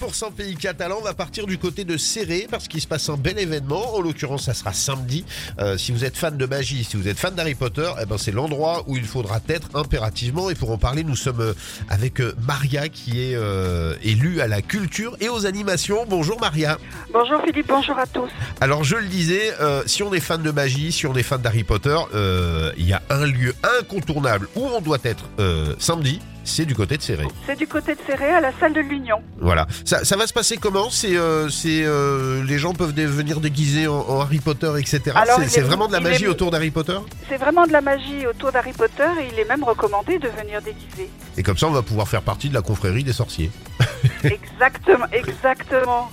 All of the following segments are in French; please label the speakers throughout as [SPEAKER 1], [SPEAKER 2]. [SPEAKER 1] 100% pays catalan, on va partir du côté de Serré parce qu'il se passe un bel événement. En l'occurrence, ça sera samedi. Euh, si vous êtes fan de magie, si vous êtes fan d'Harry Potter, eh ben, c'est l'endroit où il faudra être impérativement. Et pour en parler, nous sommes euh, avec euh, Maria qui est euh, élue à la culture et aux animations. Bonjour Maria.
[SPEAKER 2] Bonjour Philippe, bonjour à tous.
[SPEAKER 1] Alors je le disais, euh, si on est fan de magie, si on est fan d'Harry Potter, euh, il y a un lieu incontournable où on doit être euh, samedi, c'est du côté de Serré.
[SPEAKER 2] C'est du côté de Serré, à la salle de l'Union.
[SPEAKER 1] Voilà. Ça, ça va se passer comment C'est, euh, c'est, euh, les gens peuvent dé- venir déguisés en, en Harry Potter, etc.
[SPEAKER 2] Alors,
[SPEAKER 1] c'est,
[SPEAKER 2] il
[SPEAKER 1] c'est
[SPEAKER 2] est-
[SPEAKER 1] vraiment de la
[SPEAKER 2] il est-
[SPEAKER 1] magie autour d'Harry Potter.
[SPEAKER 2] C'est vraiment de la magie autour d'Harry Potter et il est même recommandé de venir déguisé.
[SPEAKER 1] Et comme ça, on va pouvoir faire partie de la confrérie des sorciers.
[SPEAKER 2] exactement, exactement.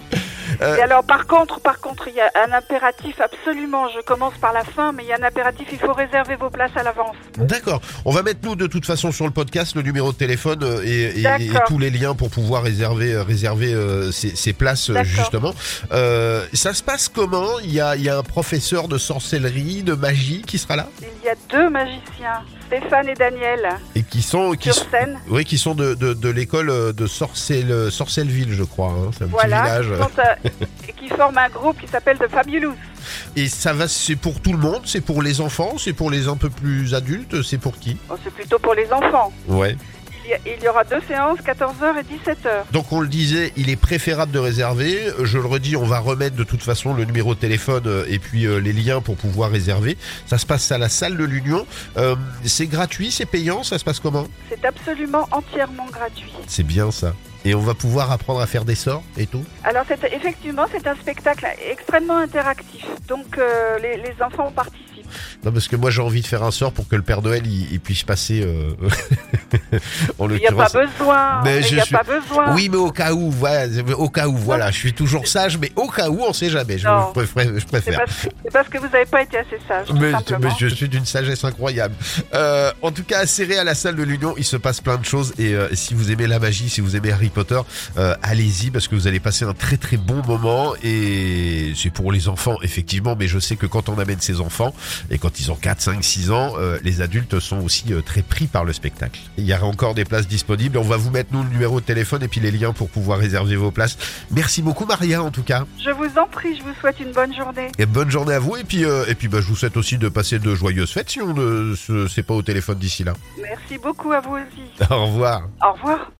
[SPEAKER 1] Euh.
[SPEAKER 2] Et alors par contre, par contre, il y a un impératif absolument, je commence par la fin, mais il y a un impératif, il faut réserver vos places à l'avance.
[SPEAKER 1] D'accord. On va mettre nous de toute façon sur le podcast le numéro de téléphone euh, et, et- et
[SPEAKER 2] D'accord.
[SPEAKER 1] tous les liens pour pouvoir réserver euh, réserver euh, ces, ces places euh,
[SPEAKER 2] D'accord.
[SPEAKER 1] justement. Euh, ça se passe comment Il y a, il y a un professeur de sorcellerie, de magie qui sera là
[SPEAKER 2] Il y a deux magiciens, Stéphane et Daniel,
[SPEAKER 1] et qui sont qui
[SPEAKER 2] sur
[SPEAKER 1] sont-
[SPEAKER 2] scène.
[SPEAKER 1] Oui, qui sont de, de, de l'école euh, de Sorcel, Sorcelleville, je crois. hein. C'est un
[SPEAKER 2] Voilà,
[SPEAKER 1] petit
[SPEAKER 2] qui,
[SPEAKER 1] village.
[SPEAKER 2] sont, euh, et qui forment un groupe qui s'appelle The Fabulous.
[SPEAKER 1] Et ça va, c'est pour tout le monde C'est pour les enfants C'est pour les un peu plus adultes C'est pour qui
[SPEAKER 2] Bon, C'est plutôt pour les enfants.
[SPEAKER 1] Ouais.
[SPEAKER 2] Il y, a- il y aura deux séances, 14h et 17h.
[SPEAKER 1] Donc on le disait, il est préférable de réserver. Je le redis, on va remettre de toute façon le numéro de téléphone euh, et puis euh, les liens pour pouvoir réserver. Ça se passe à la salle de l'Union. Euh, c'est gratuit, c'est payant, ça se passe comment
[SPEAKER 2] C'est absolument entièrement gratuit.
[SPEAKER 1] C'est bien ça. Et on va pouvoir apprendre à faire des sorts et tout
[SPEAKER 2] Alors c'est, effectivement, c'est un spectacle extrêmement interactif. Donc euh, les, les enfants participent.
[SPEAKER 1] Non, parce que moi j'ai envie de faire un sort pour que le Père Noël il, il puisse passer euh, en
[SPEAKER 2] Il n'y a pas
[SPEAKER 1] l'occurrence.
[SPEAKER 2] besoin.
[SPEAKER 1] Mais
[SPEAKER 2] il
[SPEAKER 1] je
[SPEAKER 2] n'y a
[SPEAKER 1] suis-
[SPEAKER 2] pas besoin.
[SPEAKER 1] Oui, mais au cas où, voilà, au cas où, voilà, je suis toujours sage, mais au cas où, on sait jamais. Je,
[SPEAKER 2] Non.
[SPEAKER 1] je préfère. je
[SPEAKER 2] C'est,
[SPEAKER 1] préfère.
[SPEAKER 2] parce, c'est parce que vous n'avez pas été assez sage. tout
[SPEAKER 1] Mais,
[SPEAKER 2] simplement.
[SPEAKER 1] mais je suis d'une sagesse incroyable. Euh, en tout cas, à serré à la salle de l'Union, il se passe plein de choses. Et euh, si vous aimez la magie, si vous aimez Harry Potter, euh, allez-y parce que vous allez passer un très très bon moment. Et c'est pour les enfants, effectivement. Mais je sais que quand on amène ses enfants, et quand ils ont 4, 5, 6 ans, euh, les adultes sont aussi euh, très pris par le spectacle. Il y a encore des places disponibles. On va vous mettre, nous, le numéro de téléphone et puis les liens pour pouvoir réserver vos places. Merci beaucoup, Maria, en tout cas.
[SPEAKER 2] je vous en prie, je vous souhaite une bonne journée.
[SPEAKER 1] Et bonne journée à vous et puis euh, et puis bah, je vous souhaite aussi de passer de joyeuses fêtes si on ne se- c'est pas au téléphone d'ici là.
[SPEAKER 2] Merci beaucoup à vous aussi.
[SPEAKER 1] Au revoir.
[SPEAKER 2] Au revoir.